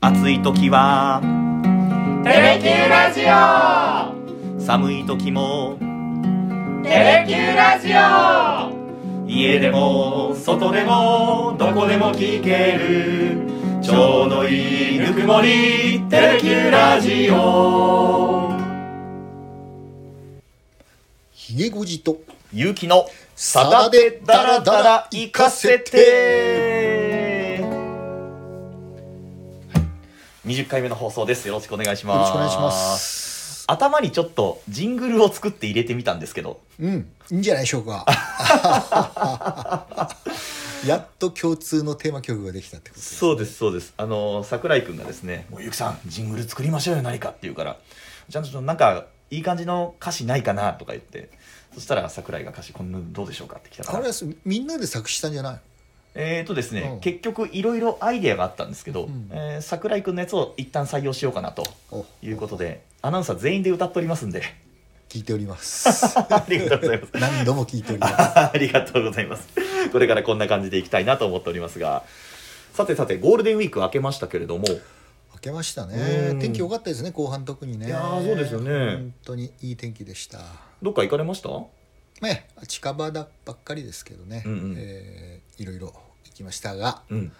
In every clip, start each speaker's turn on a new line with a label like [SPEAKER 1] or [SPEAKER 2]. [SPEAKER 1] 暑い時は
[SPEAKER 2] テレキューラジオ
[SPEAKER 1] 寒い時も
[SPEAKER 2] テレキューラジオ
[SPEAKER 1] 家でも外でもどこでも聞けるちょうどいいぬくもりテレキューラジオ
[SPEAKER 3] ひげごじと
[SPEAKER 1] ゆうきの
[SPEAKER 3] さだでダラダラ行かせ
[SPEAKER 1] て20回目の放送ですよろしくお願いします
[SPEAKER 3] よろしくお願いします
[SPEAKER 1] 頭にちょっとジングルを作って入れてみたんですけど
[SPEAKER 3] うんいいんじゃないでしょ うかやっと共通のテーマ曲ができたってことです
[SPEAKER 1] そうですそうですあの桜井君がですね「もうゆきさんジングル作りましょうよ何か」って言うから「じゃあちょっとなんかいい感じの歌詞ないかな」とか言ってそしたら桜井が歌詞こんなのどうでしょうかって来たか
[SPEAKER 3] あれ
[SPEAKER 1] ら
[SPEAKER 3] はみんなで作詞したんじゃない
[SPEAKER 1] えーとですね、
[SPEAKER 3] うん
[SPEAKER 1] 結局いろいろアイデアがあったんですけど、
[SPEAKER 3] ん
[SPEAKER 1] えー桜井君のやつを一旦採用しようかなと
[SPEAKER 3] お
[SPEAKER 1] いうことでアナウンサー全員で歌っておりますんで
[SPEAKER 3] 聞いております
[SPEAKER 1] ありがとうございます
[SPEAKER 3] 何度も聞いております
[SPEAKER 1] ありがとうございます。これからこんな感じでいきたいなと思っておりますが、さてさて、ゴールデンウィーク明けましたけれども、
[SPEAKER 3] 明けました
[SPEAKER 1] う
[SPEAKER 3] ね
[SPEAKER 1] ん
[SPEAKER 3] 天気良かったですね後半特にね
[SPEAKER 1] いやーそうですよね
[SPEAKER 3] 本当にいい天気でした
[SPEAKER 1] どっか行かれました
[SPEAKER 3] ね近場だばっかりですけどね、
[SPEAKER 1] うんうん
[SPEAKER 3] えーいろいろ行きましたが
[SPEAKER 1] うん。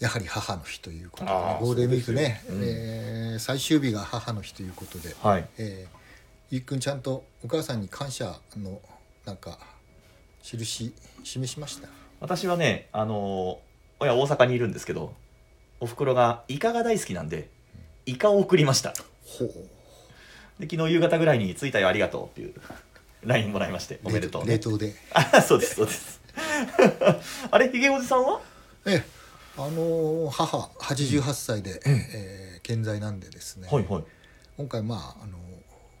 [SPEAKER 3] やはり母の日ということで
[SPEAKER 1] あー
[SPEAKER 3] ゴールデンウィークね、
[SPEAKER 1] そうですよ
[SPEAKER 3] えー最終日が母の日ということで、
[SPEAKER 1] はい。
[SPEAKER 3] えーゆっくんちゃんとお母さんに感謝のなんか印示しました
[SPEAKER 1] 私はね、あのー親大阪にいるんですけど、おふくろがイカが大好きなんで、イカを送りました。
[SPEAKER 3] ほう
[SPEAKER 1] で、昨日夕方ぐらいに着いたよありがとうっていう LINE もらいまして、おめでとう、
[SPEAKER 3] 冷
[SPEAKER 1] ね。
[SPEAKER 3] 凍で
[SPEAKER 1] あ、そうです、そうです。 あれ、ひげおじさんは
[SPEAKER 3] ええあのー母88歳で、えー健在なんでですね、
[SPEAKER 1] はいはい。
[SPEAKER 3] 今回まあ、あのー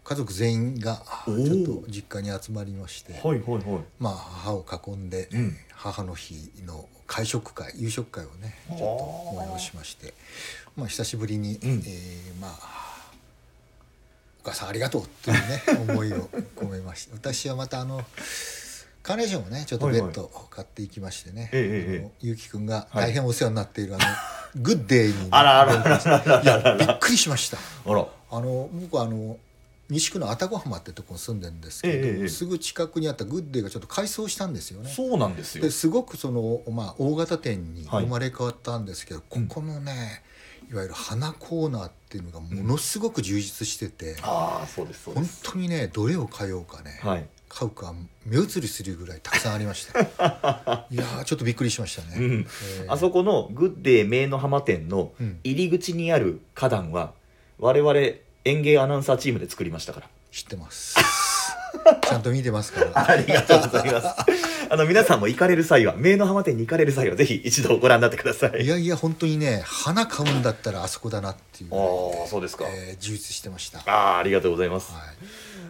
[SPEAKER 3] 家族全員がち
[SPEAKER 1] お
[SPEAKER 3] ょ
[SPEAKER 1] ー
[SPEAKER 3] っと実家に集まりまして、
[SPEAKER 1] はいはいはい。
[SPEAKER 3] まあ、母を囲んで、
[SPEAKER 1] うん
[SPEAKER 3] 母の日の会食会夕食会をねちょっと催しましてまあ、久しぶりに、
[SPEAKER 1] うん
[SPEAKER 3] えーまあお母さんありがとうとい うね思いを込めました私はまたあのカーネーションをねちょっと
[SPEAKER 1] はい
[SPEAKER 3] ベ
[SPEAKER 1] はい
[SPEAKER 3] ッドを買っていきましてね、
[SPEAKER 1] ええええ
[SPEAKER 3] あのゆうきくんが大変お世話になっている、 あのグッデイにね、
[SPEAKER 1] あらあらあらあらあら
[SPEAKER 3] いやびっくりしました
[SPEAKER 1] あら。
[SPEAKER 3] あの僕はあの西区の愛宕浜ってとこに住んでるんですけど、
[SPEAKER 1] ええええ
[SPEAKER 3] すぐ近くにあったグッデイがちょっと改装したんですよね。
[SPEAKER 1] そうなんですよ
[SPEAKER 3] で。すごくその、まあ、大型店に
[SPEAKER 1] はい
[SPEAKER 3] 生まれ変わったんですけど、ここのねいわゆる花コーナーっていうのがものすごく充実してて、
[SPEAKER 1] ああ、そうです、そうで
[SPEAKER 3] 本
[SPEAKER 1] す。
[SPEAKER 3] 当にねどれを買おうかね、
[SPEAKER 1] はい。
[SPEAKER 3] 買うか目移りするぐらいたくさんありま したいやーちょっとびっくりしましたね、
[SPEAKER 1] うん
[SPEAKER 3] えー
[SPEAKER 1] あそこのグッデー名の浜店の
[SPEAKER 3] うん
[SPEAKER 1] 入り口にある花壇は我々園芸アナウンサーチームで作りましたから
[SPEAKER 3] 知ってますちゃんと見てますから
[SPEAKER 1] ありがとうございます あの皆さんも行かれる際は名の浜店に行かれる際はぜひ一度ご覧になってくださ
[SPEAKER 3] い
[SPEAKER 1] い
[SPEAKER 3] やいや本当にね花買うんだったらあそこだなっていう
[SPEAKER 1] あ
[SPEAKER 3] ぐらい
[SPEAKER 1] あそうですか、
[SPEAKER 3] えー充実してました、は
[SPEAKER 1] ああーありがとうございます、
[SPEAKER 3] い、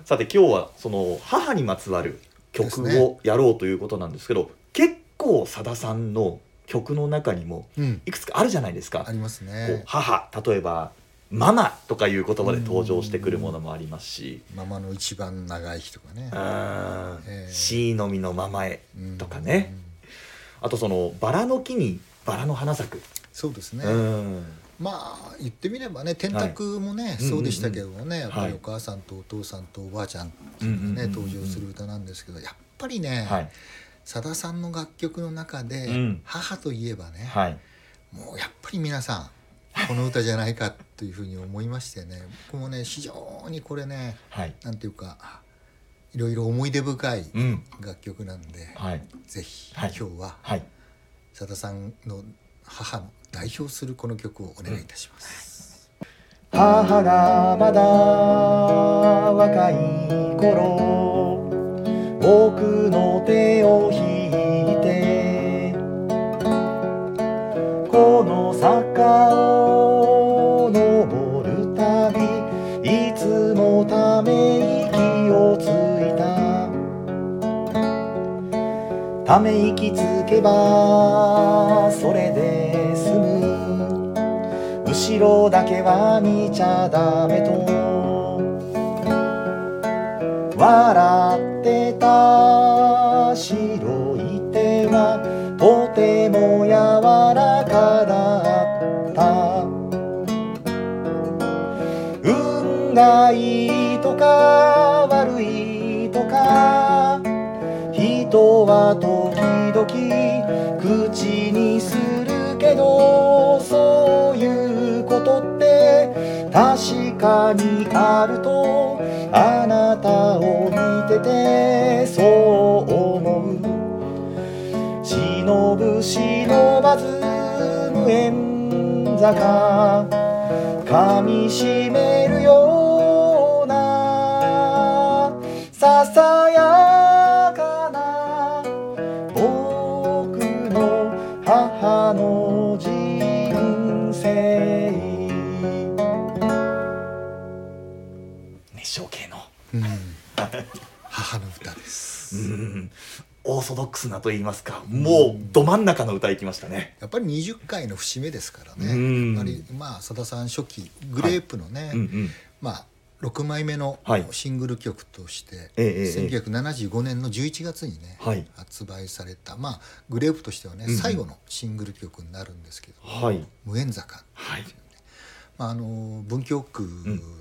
[SPEAKER 1] さて今日はその母にまつわる曲
[SPEAKER 3] ですね
[SPEAKER 1] をやろうということなんですけど結構さださんの曲の中にも
[SPEAKER 3] うん
[SPEAKER 1] いくつかあるじゃないですか、
[SPEAKER 3] あります
[SPEAKER 1] こう
[SPEAKER 3] ね
[SPEAKER 1] 母例えば「ママ」とかいう言葉で登場してくるものもありますし
[SPEAKER 3] ママの一番長い日とか
[SPEAKER 1] 「
[SPEAKER 3] ね
[SPEAKER 1] うーん
[SPEAKER 3] ええ
[SPEAKER 1] 死のみのママへ
[SPEAKER 3] うん」
[SPEAKER 1] とかね
[SPEAKER 3] うん
[SPEAKER 1] あとその「バラの木にバラの花咲く」
[SPEAKER 3] そうですね、
[SPEAKER 1] うん
[SPEAKER 3] まあ言ってみればね天卓もね、そうでしたけどもね、やっぱ
[SPEAKER 1] はい
[SPEAKER 3] りお母さんとお父さんとおばあちゃんって
[SPEAKER 1] う
[SPEAKER 3] い
[SPEAKER 1] ん
[SPEAKER 3] う
[SPEAKER 1] う
[SPEAKER 3] のが
[SPEAKER 1] んうんう
[SPEAKER 3] ね、
[SPEAKER 1] ん
[SPEAKER 3] 登場する歌なんですけどやっぱりね、
[SPEAKER 1] はい
[SPEAKER 3] さださんの楽曲の中で、
[SPEAKER 1] うん
[SPEAKER 3] 母といえばね、
[SPEAKER 1] はい
[SPEAKER 3] もうやっぱり皆さんこの歌じゃないかというふうに思いましてね僕もね非常にこれね
[SPEAKER 1] はい
[SPEAKER 3] なんていうかいろいろ思い出深い
[SPEAKER 1] うん
[SPEAKER 3] 楽曲なんで、
[SPEAKER 1] はい
[SPEAKER 3] ぜひ
[SPEAKER 1] は
[SPEAKER 3] 今
[SPEAKER 1] い
[SPEAKER 3] 日は
[SPEAKER 1] はい
[SPEAKER 3] さださんの母の代表するこの曲をお願いいたします。
[SPEAKER 1] 母がまだ若い頃僕の手を引いてこの坂を登るたびいつもため息をついたため息つけばそれで済む後ろだけは見ちゃダメと笑ってた白い手はとても柔らかだった害とか悪いとか人は時々口にするけどそういうことって確かにあるとあなたを見ててそう思う忍ぶ忍ばず無縁坂噛みしめるようなささやかな僕の母の人生熱唱系の
[SPEAKER 3] うん、母の歌です
[SPEAKER 1] うんオーソドックスなと言いますかもうど真ん中の歌いきましたね
[SPEAKER 3] やっぱり20回の節目ですから
[SPEAKER 1] うん
[SPEAKER 3] ねやっぱりまあさださん初期グレープのね、
[SPEAKER 1] うんうん
[SPEAKER 3] まあ6枚目の
[SPEAKER 1] はい
[SPEAKER 3] シングル曲として、
[SPEAKER 1] ええええ
[SPEAKER 3] 1975年の11月にね、
[SPEAKER 1] はい
[SPEAKER 3] 発売された、まあ、グレープとしてはね、
[SPEAKER 1] うんうん
[SPEAKER 3] 最後のシングル曲になるんですけど
[SPEAKER 1] はい
[SPEAKER 3] 「無縁坂」
[SPEAKER 1] はい
[SPEAKER 3] まあ、あの文京区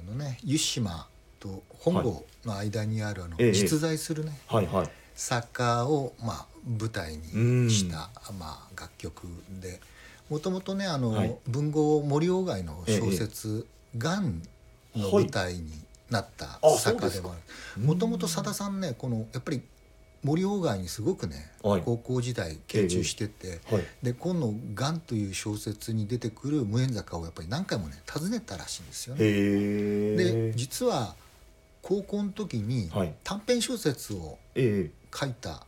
[SPEAKER 3] のね、湯島と本郷の間にあるあの、
[SPEAKER 1] ええ
[SPEAKER 3] 実在するね、
[SPEAKER 1] はいはい
[SPEAKER 3] 坂を、まあ、舞台にした、まあ、楽曲でもともとねあの、
[SPEAKER 1] はい
[SPEAKER 3] 文豪森鴎外の小説「がん」の舞台になった
[SPEAKER 1] はいあそう
[SPEAKER 3] 坂
[SPEAKER 1] で
[SPEAKER 3] です
[SPEAKER 1] か
[SPEAKER 3] もあるもともとさださんねこのやっぱり森鴎外にすごくね、
[SPEAKER 1] はい
[SPEAKER 3] 高校時代研究してて、
[SPEAKER 1] はい
[SPEAKER 3] で今の「がん」という小説に出てくる無縁坂をやっぱり何回もね訪ねたらしいんですよね。
[SPEAKER 1] へえ
[SPEAKER 3] で実は高校の時に
[SPEAKER 1] はい
[SPEAKER 3] 短編小説を
[SPEAKER 1] え
[SPEAKER 3] 書いた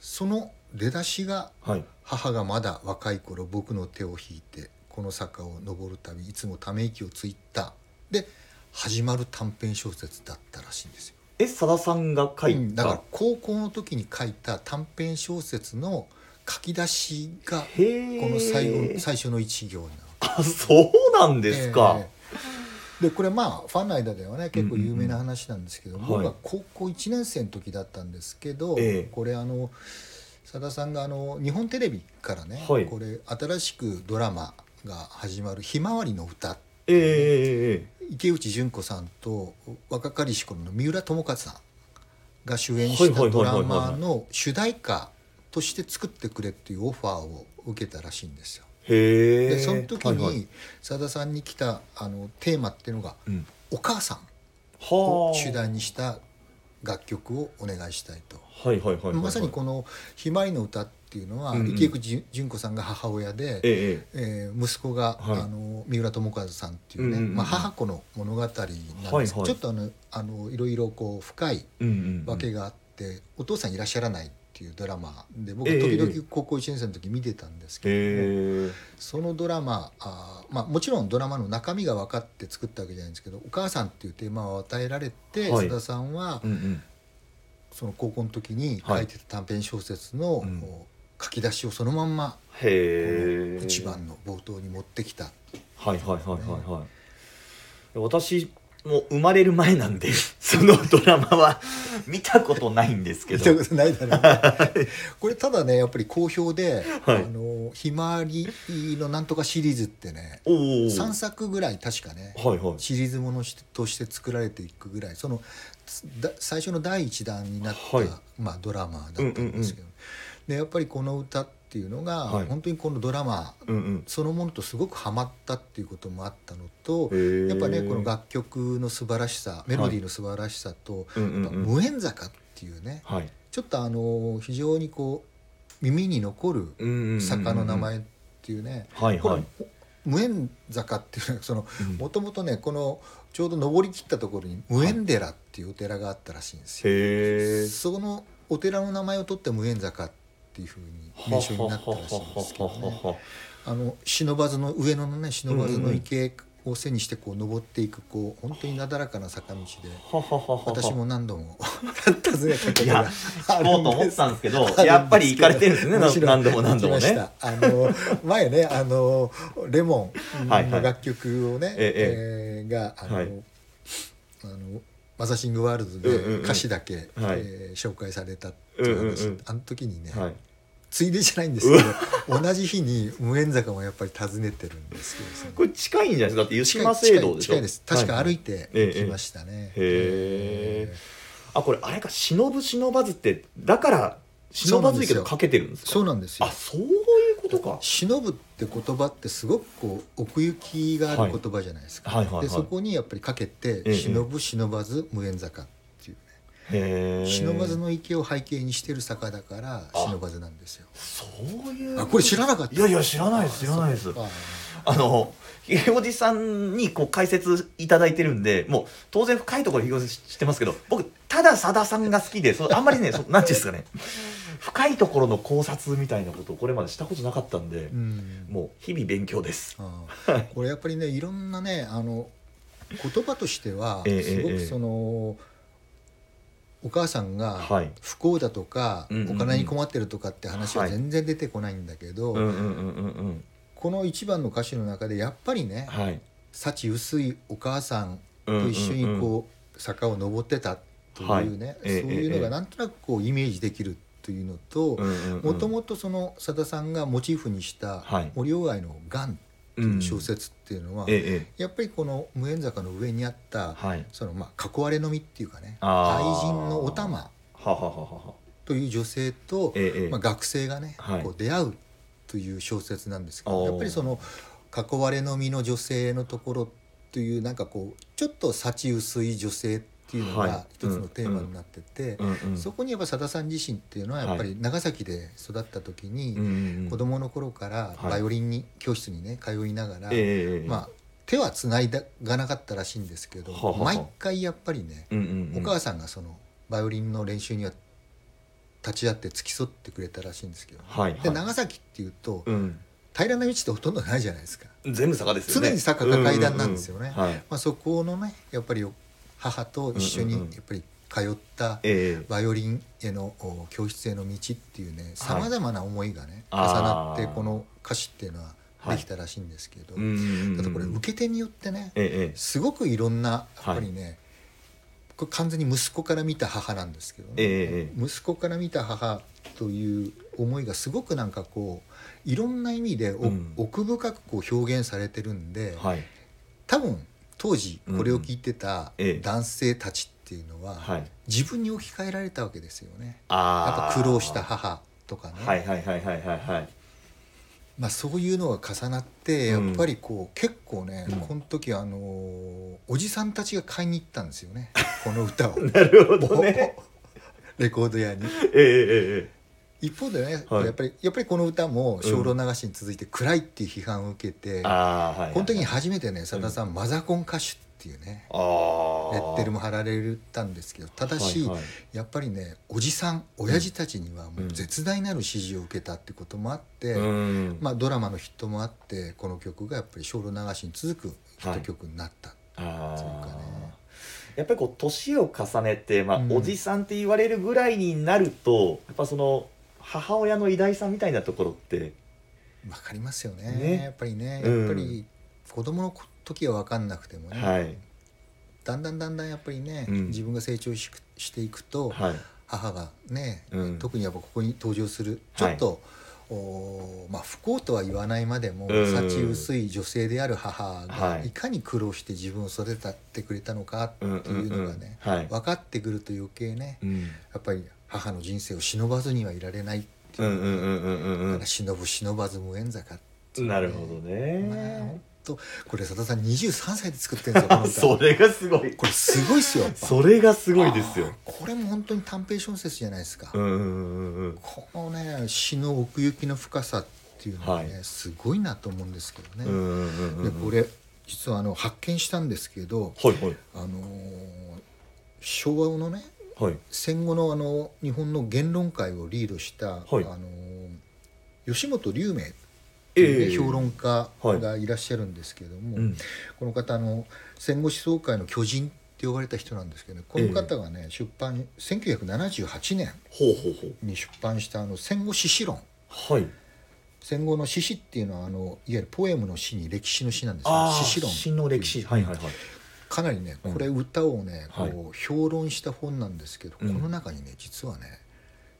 [SPEAKER 3] その出だしが
[SPEAKER 1] えはい
[SPEAKER 3] 「母がまだ若い頃僕の手を引いてこの坂を登るたびいつもため息をついた」で始まる短編小説だったらしいんですよ。
[SPEAKER 1] えさださんが書いた、
[SPEAKER 3] うんだから高校の時に書いた短編小説の書き出しがこ
[SPEAKER 1] へえ
[SPEAKER 3] の最後最初の一行になる。
[SPEAKER 1] あそうなんですか、
[SPEAKER 3] ええでこれまあファンの間ではね結構有名な話なんですけど、
[SPEAKER 1] うんうんうん
[SPEAKER 3] 僕は高校1年生の時だったんですけど、
[SPEAKER 1] ええ
[SPEAKER 3] これあのさださんがあの日本テレビからね、
[SPEAKER 1] はい
[SPEAKER 3] これ新しくドラマが始まる「ひまわりの歌
[SPEAKER 1] ええええ」
[SPEAKER 3] 池内淳子さんと若かりし頃の三浦友和さんが主演したドラマの主題歌として作ってくれっていうオファーを受けたらしいんですよ。
[SPEAKER 1] ええへえ
[SPEAKER 3] でその時
[SPEAKER 1] はいはい
[SPEAKER 3] にさださんに来たあのテーマっていうのが
[SPEAKER 1] うん
[SPEAKER 3] 「お母さん」
[SPEAKER 1] は
[SPEAKER 3] を
[SPEAKER 1] あ
[SPEAKER 3] 主題にした楽曲をお願いしたいと、
[SPEAKER 1] はいはいはいはいはい
[SPEAKER 3] まさにこの「ひまわりの歌」っていうのは、
[SPEAKER 1] うんうん
[SPEAKER 3] 池口純子さんが母親で、え
[SPEAKER 1] ええ
[SPEAKER 3] ー息子が、
[SPEAKER 1] はい
[SPEAKER 3] あの三浦友和さんっていう
[SPEAKER 1] う
[SPEAKER 3] ね、
[SPEAKER 1] んうんうん
[SPEAKER 3] まあ、母子の物語なんですけど、
[SPEAKER 1] はいはい
[SPEAKER 3] ちょっとあのあのいろいろこう深い
[SPEAKER 1] ええうんうん
[SPEAKER 3] わけ
[SPEAKER 1] が
[SPEAKER 3] があって、お父さんいらっしゃらない」っていうドラマで僕
[SPEAKER 1] ええ
[SPEAKER 3] 時
[SPEAKER 1] ええ
[SPEAKER 3] 々高校1年生の時見てたんですけれど
[SPEAKER 1] へ
[SPEAKER 3] も。
[SPEAKER 1] え
[SPEAKER 3] そのドラマあー、まあ、もちろんドラマの中身が分かって作ったわけじゃないんですけど「お母さん」っていうテーマを与えられて
[SPEAKER 1] はい
[SPEAKER 3] 須田さんは
[SPEAKER 1] うんうん
[SPEAKER 3] その高校の時に
[SPEAKER 1] はい
[SPEAKER 3] 書いてた短編小説の
[SPEAKER 1] うん
[SPEAKER 3] こう書き出しをそのまんま
[SPEAKER 1] へえ
[SPEAKER 3] 一番の冒頭に持ってきた
[SPEAKER 1] はいはいはいはいはい私も生まれる前なんで そのドラマ は見たことないんですけ
[SPEAKER 3] 見た
[SPEAKER 1] ど
[SPEAKER 3] ことないだろうね これただねやっぱり好評で「
[SPEAKER 1] はい
[SPEAKER 3] あのひまわりのなんとか」シリーズってね
[SPEAKER 1] おお
[SPEAKER 3] 3作ぐらい確かね
[SPEAKER 1] はいはい
[SPEAKER 3] シリーズものしとして作られていくぐらいそのつだ最初の第一弾になった、
[SPEAKER 1] はい
[SPEAKER 3] まあ、ドラマだったんですけど、でやっぱりこの歌っていうのが、
[SPEAKER 1] はい
[SPEAKER 3] 本当にこのドラマ
[SPEAKER 1] うんうん
[SPEAKER 3] そのものとすごくハマったっていうこともあったのと、
[SPEAKER 1] や
[SPEAKER 3] やっぱねこの楽曲の素晴らしさメロディーの素晴らしさと、
[SPEAKER 1] うんうん
[SPEAKER 3] やっぱ
[SPEAKER 1] うん
[SPEAKER 3] 無縁坂っていうね
[SPEAKER 1] はい
[SPEAKER 3] ちょっとあの非常にこう耳に残る
[SPEAKER 1] うんうんうんうん
[SPEAKER 3] 坂の名前っていうね、
[SPEAKER 1] はい
[SPEAKER 3] こ
[SPEAKER 1] は
[SPEAKER 3] れ
[SPEAKER 1] い
[SPEAKER 3] 無縁坂っていうのはその
[SPEAKER 1] うん
[SPEAKER 3] もともとねこのちょうど登り切ったところに無縁寺っていうお寺があったらしいんですよ、
[SPEAKER 1] へえ
[SPEAKER 3] そのお寺の名前を取って無縁坂っていうふうに名称になったらしいんですけどねあの忍ばずの上野のね忍ばずの池を背にしてこう登っていくこう本当になだらかな坂道で
[SPEAKER 1] はははは
[SPEAKER 3] 私も何度も訪ねたこと
[SPEAKER 1] いや
[SPEAKER 3] が
[SPEAKER 1] 聞こうと
[SPEAKER 3] あるん
[SPEAKER 1] 思
[SPEAKER 3] で
[SPEAKER 1] っ
[SPEAKER 3] す
[SPEAKER 1] たんですけ どやっぱり行かれてるんですね
[SPEAKER 3] むしろ
[SPEAKER 1] 何度も何度も
[SPEAKER 3] 行き
[SPEAKER 1] ね
[SPEAKER 3] ましたあの前ねあのレモン
[SPEAKER 1] はいはい
[SPEAKER 3] の楽曲をね、
[SPEAKER 1] え
[SPEAKER 3] えーがあの、
[SPEAKER 1] はい
[SPEAKER 3] あのマサシングワールド
[SPEAKER 1] うんうんう
[SPEAKER 3] で
[SPEAKER 1] ん
[SPEAKER 3] 歌詞だけ、
[SPEAKER 1] はい
[SPEAKER 3] えー紹介されたっていう話、
[SPEAKER 1] うんうんうん
[SPEAKER 3] あの時にね、
[SPEAKER 1] はい
[SPEAKER 3] ついでじゃないんですけど同じ日に無縁坂もやっぱり訪ねてるんですけどその
[SPEAKER 1] これ近いんじゃないですかだって湯
[SPEAKER 3] 近
[SPEAKER 1] 島聖堂
[SPEAKER 3] い
[SPEAKER 1] でしょ
[SPEAKER 3] 近いです確か歩いて
[SPEAKER 1] ええええ
[SPEAKER 3] きましたね、
[SPEAKER 1] へえあこれあれか忍ぶ忍ばずってだから忍ばずいけどかけてるんですか
[SPEAKER 3] そうなんですよ
[SPEAKER 1] あそういうことか
[SPEAKER 3] 忍ぶって言葉ってすごくこう奥行きがある言葉じゃないですか、
[SPEAKER 1] はいはいはいはい
[SPEAKER 3] でそこにやっぱりかけて
[SPEAKER 1] え
[SPEAKER 3] 「
[SPEAKER 1] え
[SPEAKER 3] 忍ぶ忍ばず無縁坂」っていう
[SPEAKER 1] へえ
[SPEAKER 3] ね忍ばずの池を背景にしてる坂だから忍ばずなんですよ
[SPEAKER 1] そういう
[SPEAKER 3] あこれ知らなかった
[SPEAKER 1] いやいや知らないです知らないです
[SPEAKER 3] あ
[SPEAKER 1] あのひげおじさんにこう解説いただいてるんでもう当然深いところひげおじ知ってますけど僕たださださんが好きでそうあんまりね何ていうんですかね深いところの考察みたいなことをこれまでしたことなかったんで、
[SPEAKER 3] うん
[SPEAKER 1] もう日々勉強です
[SPEAKER 3] あ これやっぱりねいろんなねあの言葉としては
[SPEAKER 1] ええ
[SPEAKER 3] すご
[SPEAKER 1] ええ
[SPEAKER 3] くその、お母さんが
[SPEAKER 1] はい
[SPEAKER 3] 不幸だとか、
[SPEAKER 1] うんうんうん
[SPEAKER 3] お金に困ってるとかって話は
[SPEAKER 1] はい
[SPEAKER 3] 全然出てこないんだけど、
[SPEAKER 1] うんうんうんうんうん
[SPEAKER 3] この一番の歌詞の中でやっぱりね、
[SPEAKER 1] はい
[SPEAKER 3] 幸薄いお母さんと一緒に
[SPEAKER 1] うんうんうん
[SPEAKER 3] こう坂を登ってたというね、
[SPEAKER 1] はいええ
[SPEAKER 3] そういう
[SPEAKER 1] え
[SPEAKER 3] の
[SPEAKER 1] えええ
[SPEAKER 3] がなんとなくこうイメージできるというのともともとそのさださんがモチーフにした
[SPEAKER 1] はい
[SPEAKER 3] 森鴎外の「がん」という小説っていうのは、
[SPEAKER 1] えええ
[SPEAKER 3] やっぱりこの無縁坂の上にあった、
[SPEAKER 1] えはい
[SPEAKER 3] そのまあ囲われのみっていうかね
[SPEAKER 1] あ
[SPEAKER 3] 愛
[SPEAKER 1] ー
[SPEAKER 3] 人のお玉
[SPEAKER 1] ははははは
[SPEAKER 3] という女性と、
[SPEAKER 1] ええええ
[SPEAKER 3] まあ、学生がね、
[SPEAKER 1] はい
[SPEAKER 3] こう出会うという小説なんですけ
[SPEAKER 1] お
[SPEAKER 3] ど
[SPEAKER 1] ー
[SPEAKER 3] やっぱりその囲われの身の女性のところというなんかこうちょっと幸薄い女性っていうの
[SPEAKER 1] はい
[SPEAKER 3] が一つのテーマになってて、
[SPEAKER 1] うんうん
[SPEAKER 3] そこにやっぱさださん自身っていうのはやっぱり長崎で育った時
[SPEAKER 1] うんう
[SPEAKER 3] に
[SPEAKER 1] んうん
[SPEAKER 3] 子供の頃からバイオリンに、教室にね通いながら、
[SPEAKER 1] ええええええ
[SPEAKER 3] まあ、手はつないだがなかったらしいんですけど、
[SPEAKER 1] はあはあ
[SPEAKER 3] 毎回やっぱりね、
[SPEAKER 1] うんうんうん
[SPEAKER 3] お母さんがそのバイオリンの練習には立ち会って付き添ってくれたらしいんですけど、
[SPEAKER 1] はいはい
[SPEAKER 3] で長崎っていうと、
[SPEAKER 1] うん
[SPEAKER 3] 平らな道ってほとんどないじゃないですか、
[SPEAKER 1] 全部坂ですよね
[SPEAKER 3] 常に坂か階段なんですよね
[SPEAKER 1] うううんはい
[SPEAKER 3] まあ、そこのねやっぱり母と一緒に
[SPEAKER 1] う
[SPEAKER 3] や
[SPEAKER 1] んうんうん
[SPEAKER 3] っぱり通った
[SPEAKER 1] ええ
[SPEAKER 3] バイオリンへのお教室への道っていうねさまざまな思いがね、
[SPEAKER 1] あー
[SPEAKER 3] 重なってこの歌詞っていうのはできたらしいんですけど、
[SPEAKER 1] うんうんうん
[SPEAKER 3] ただこれ受け手によってね、
[SPEAKER 1] えええ
[SPEAKER 3] すごくいろんなやっぱりね、これ完全に息子から見た母なんですけどね、
[SPEAKER 1] えええ
[SPEAKER 3] 息子から見た母という思いがすごくなんかこういろんな意味でお
[SPEAKER 1] うん
[SPEAKER 3] 奥深くこう表現されてるんで、
[SPEAKER 1] えはい
[SPEAKER 3] 多分当時これを聞いてた
[SPEAKER 1] うんええ
[SPEAKER 3] 男性たちっていうのは、
[SPEAKER 1] はい
[SPEAKER 3] 自分に置き換えられたわけですよね。や
[SPEAKER 1] あ
[SPEAKER 3] っぱ
[SPEAKER 1] ー
[SPEAKER 3] 苦労した母とかね、
[SPEAKER 1] はいはいはいはいはいはい
[SPEAKER 3] まあ、そういうのが重なってや
[SPEAKER 1] う
[SPEAKER 3] っ
[SPEAKER 1] ん
[SPEAKER 3] ぱりこう結構ね、
[SPEAKER 1] うん
[SPEAKER 3] この時あのーおじさんたちが買いに行ったんです よねこの歌を
[SPEAKER 1] なるほどね
[SPEAKER 3] レコード屋に
[SPEAKER 1] ええええ
[SPEAKER 3] 一方でね、
[SPEAKER 1] はい
[SPEAKER 3] やっぱりやっぱりこの歌も「精霊流し」に続いて暗いっていう批判を受けて、
[SPEAKER 1] ええああはい
[SPEAKER 3] この時に初めてねさださん、マザコン歌手」っていうね
[SPEAKER 1] あ
[SPEAKER 3] レ
[SPEAKER 1] あ
[SPEAKER 3] ッテルも貼られたんですけどただし、
[SPEAKER 1] はいはい
[SPEAKER 3] やっぱりねおじさん親父たちにはもう絶大なる支持を受けたってこともあって、
[SPEAKER 1] うん
[SPEAKER 3] まあ、ドラマのヒットもあってこの曲がやっぱり「精霊流し」に続くヒット曲になった、
[SPEAKER 1] あ
[SPEAKER 3] そう
[SPEAKER 1] あ
[SPEAKER 3] かね
[SPEAKER 1] やっぱりこう年を重ねて、まあ
[SPEAKER 3] うん
[SPEAKER 1] おじさんって言われるぐらいになるとやっぱその母親の偉大さみたいなところって
[SPEAKER 3] わかりますよね
[SPEAKER 1] ね
[SPEAKER 3] やっぱりね
[SPEAKER 1] うん
[SPEAKER 3] やっぱり子供の時は分かんなくてもね、
[SPEAKER 1] はい
[SPEAKER 3] だんだんだんだんやっぱりね、
[SPEAKER 1] うん
[SPEAKER 3] 自分が成長ししていくと
[SPEAKER 1] はい
[SPEAKER 3] 母がね、
[SPEAKER 1] うん
[SPEAKER 3] 特にやっぱここに登場するちょ
[SPEAKER 1] は
[SPEAKER 3] っ
[SPEAKER 1] い
[SPEAKER 3] と、おーまあ、不幸とは言わないまでも、
[SPEAKER 1] うん
[SPEAKER 3] 幸薄い女性である母
[SPEAKER 1] は
[SPEAKER 3] が
[SPEAKER 1] い
[SPEAKER 3] いかに苦労して自分を育ててくれたのかっていうのがね、
[SPEAKER 1] うんうんうんはい
[SPEAKER 3] 分かってくると余計ね
[SPEAKER 1] うん
[SPEAKER 3] やっぱり母の人生を忍ばずにはいられないって
[SPEAKER 1] う
[SPEAKER 3] い
[SPEAKER 1] ん
[SPEAKER 3] う、
[SPEAKER 1] うんうんうんうん
[SPEAKER 3] だから忍ぶ忍ばず無縁坂って
[SPEAKER 1] う
[SPEAKER 3] いうんね
[SPEAKER 1] なるほど
[SPEAKER 3] まあ
[SPEAKER 1] ね
[SPEAKER 3] 本当これさださん23歳で作ってるんですよこの
[SPEAKER 1] そ
[SPEAKER 3] 歌
[SPEAKER 1] れがすごい
[SPEAKER 3] これすごいっすよやっぱ
[SPEAKER 1] それがすごいですよ
[SPEAKER 3] これも本当に短編小説じゃないですか、
[SPEAKER 1] うんうんうんうん
[SPEAKER 3] このね詩の奥行きの深さっていうのはね、
[SPEAKER 1] は
[SPEAKER 3] すごいなと思うんですけどね、
[SPEAKER 1] うんうんうんうん
[SPEAKER 3] でこれ実はあの発見したんですけど、
[SPEAKER 1] はいはい
[SPEAKER 3] あのー昭和のね
[SPEAKER 1] はい
[SPEAKER 3] 戦後のあの日本の言論会をリードした、
[SPEAKER 1] はい
[SPEAKER 3] あのー吉本龍明っていうね
[SPEAKER 1] ええ
[SPEAKER 3] 評論家がいらっしゃるんですけども、
[SPEAKER 1] うん
[SPEAKER 3] この方あの戦後思想界の巨人って呼ばれた人なんですけど、ね、この方がね、出版1978年
[SPEAKER 1] ほうほうほう
[SPEAKER 3] に出版したあの戦後史詩論
[SPEAKER 1] はい。
[SPEAKER 3] 戦後の史詩っていうのはあのいわゆるポエムの詩に歴史の詩なんです
[SPEAKER 1] あ
[SPEAKER 3] よ
[SPEAKER 1] あ、
[SPEAKER 3] 詩詩論
[SPEAKER 1] 新の歴史。はいはいはい。
[SPEAKER 3] かなりね
[SPEAKER 1] うん
[SPEAKER 3] これ歌をね、
[SPEAKER 1] はい
[SPEAKER 3] こう評論した本なんですけど、
[SPEAKER 1] うん
[SPEAKER 3] この中にね実はね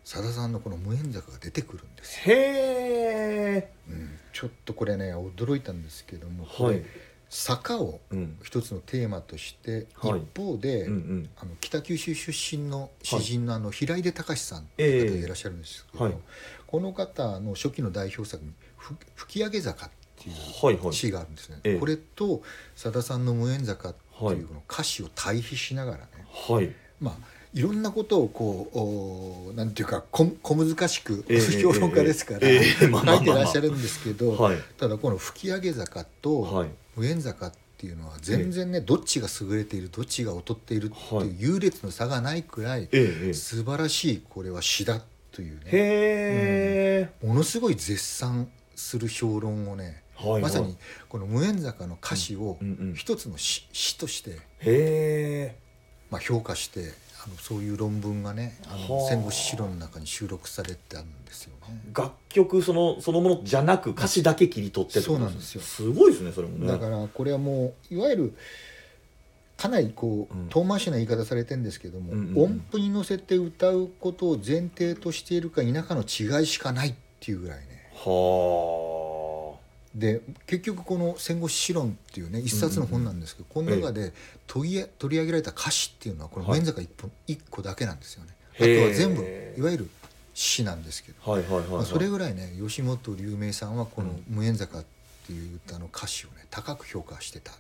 [SPEAKER 3] さださんのこの無縁坂が出てくるんですよ、
[SPEAKER 4] へえ
[SPEAKER 3] うんちょっとこれね驚いたんですけどもこれ、
[SPEAKER 4] はい
[SPEAKER 3] 坂を
[SPEAKER 4] うん
[SPEAKER 3] 一つのテーマとして、
[SPEAKER 4] はい
[SPEAKER 3] 一方で、
[SPEAKER 4] うんうん
[SPEAKER 3] あの北九州出身の詩人のあの平出隆さんと
[SPEAKER 4] え
[SPEAKER 3] いう
[SPEAKER 4] え
[SPEAKER 3] 方がいらっしゃるんですけど、
[SPEAKER 4] はい
[SPEAKER 3] この方の初期の代表作に「ふ吹き上げ坂」っていう
[SPEAKER 4] はいはい
[SPEAKER 3] 詩があるんですね、
[SPEAKER 4] ええ
[SPEAKER 3] これとさださんの「無縁坂」って
[SPEAKER 4] はいいう
[SPEAKER 3] この歌詞を対比しながらね、
[SPEAKER 4] はい
[SPEAKER 3] まあいろんなことをこうおーなんていうかこ小難しく、
[SPEAKER 4] ええ
[SPEAKER 3] 評論家ですから、
[SPEAKER 4] ええええまあまあまあ
[SPEAKER 3] 書いてらっしゃるんですけど、
[SPEAKER 4] はい
[SPEAKER 3] ただこの「吹き上げ坂」
[SPEAKER 4] は
[SPEAKER 3] と
[SPEAKER 4] い
[SPEAKER 3] 「無縁坂」っていうのは全然ね、どっちが優れているどっちが劣っているって
[SPEAKER 4] はい
[SPEAKER 3] いう優劣の差がないくらい
[SPEAKER 4] ええええ
[SPEAKER 3] 素晴らしいこれは詩だというね
[SPEAKER 4] へえ、
[SPEAKER 3] ものすごい絶賛する評論をね、
[SPEAKER 4] はいはい
[SPEAKER 3] まさにこの「無縁坂」の歌詞を
[SPEAKER 4] うんうんうん
[SPEAKER 3] 一つの詩,、詩として
[SPEAKER 4] へえ
[SPEAKER 3] まあ、評価してあのそういう論文がねあ
[SPEAKER 4] は
[SPEAKER 3] の
[SPEAKER 4] あ
[SPEAKER 3] 戦後史論の中に収録されてたんですよね。
[SPEAKER 4] 楽曲そのそのものじゃなく歌詞だけ切り取ってってこと
[SPEAKER 3] そうなんですよ
[SPEAKER 4] すごいですねそれもね
[SPEAKER 3] だからこれはもういわゆるかなりこう
[SPEAKER 4] うん
[SPEAKER 3] 遠回しな言い方されてるんですけども、
[SPEAKER 4] うんうんうん
[SPEAKER 3] 音符に乗せて歌うことを前提としているか否かの違いしかないっていうぐらいね
[SPEAKER 4] は
[SPEAKER 3] で結局この「戦後史論」っていうね一冊の本なんですけど、
[SPEAKER 4] ん
[SPEAKER 3] この中で取り上取り上げられた歌詞っていうのはこの
[SPEAKER 4] はい
[SPEAKER 3] 面坂一本一個だけなんですよね。あとは
[SPEAKER 4] へえ
[SPEAKER 3] 全部いわゆる詩なんですけど
[SPEAKER 4] あはいはいはい、
[SPEAKER 3] ま
[SPEAKER 4] は
[SPEAKER 3] あ、
[SPEAKER 4] い、
[SPEAKER 3] それぐらいね吉本龍明さんはこの
[SPEAKER 4] うん
[SPEAKER 3] 「無縁坂」っていう歌の歌詞をね高く評価してたっ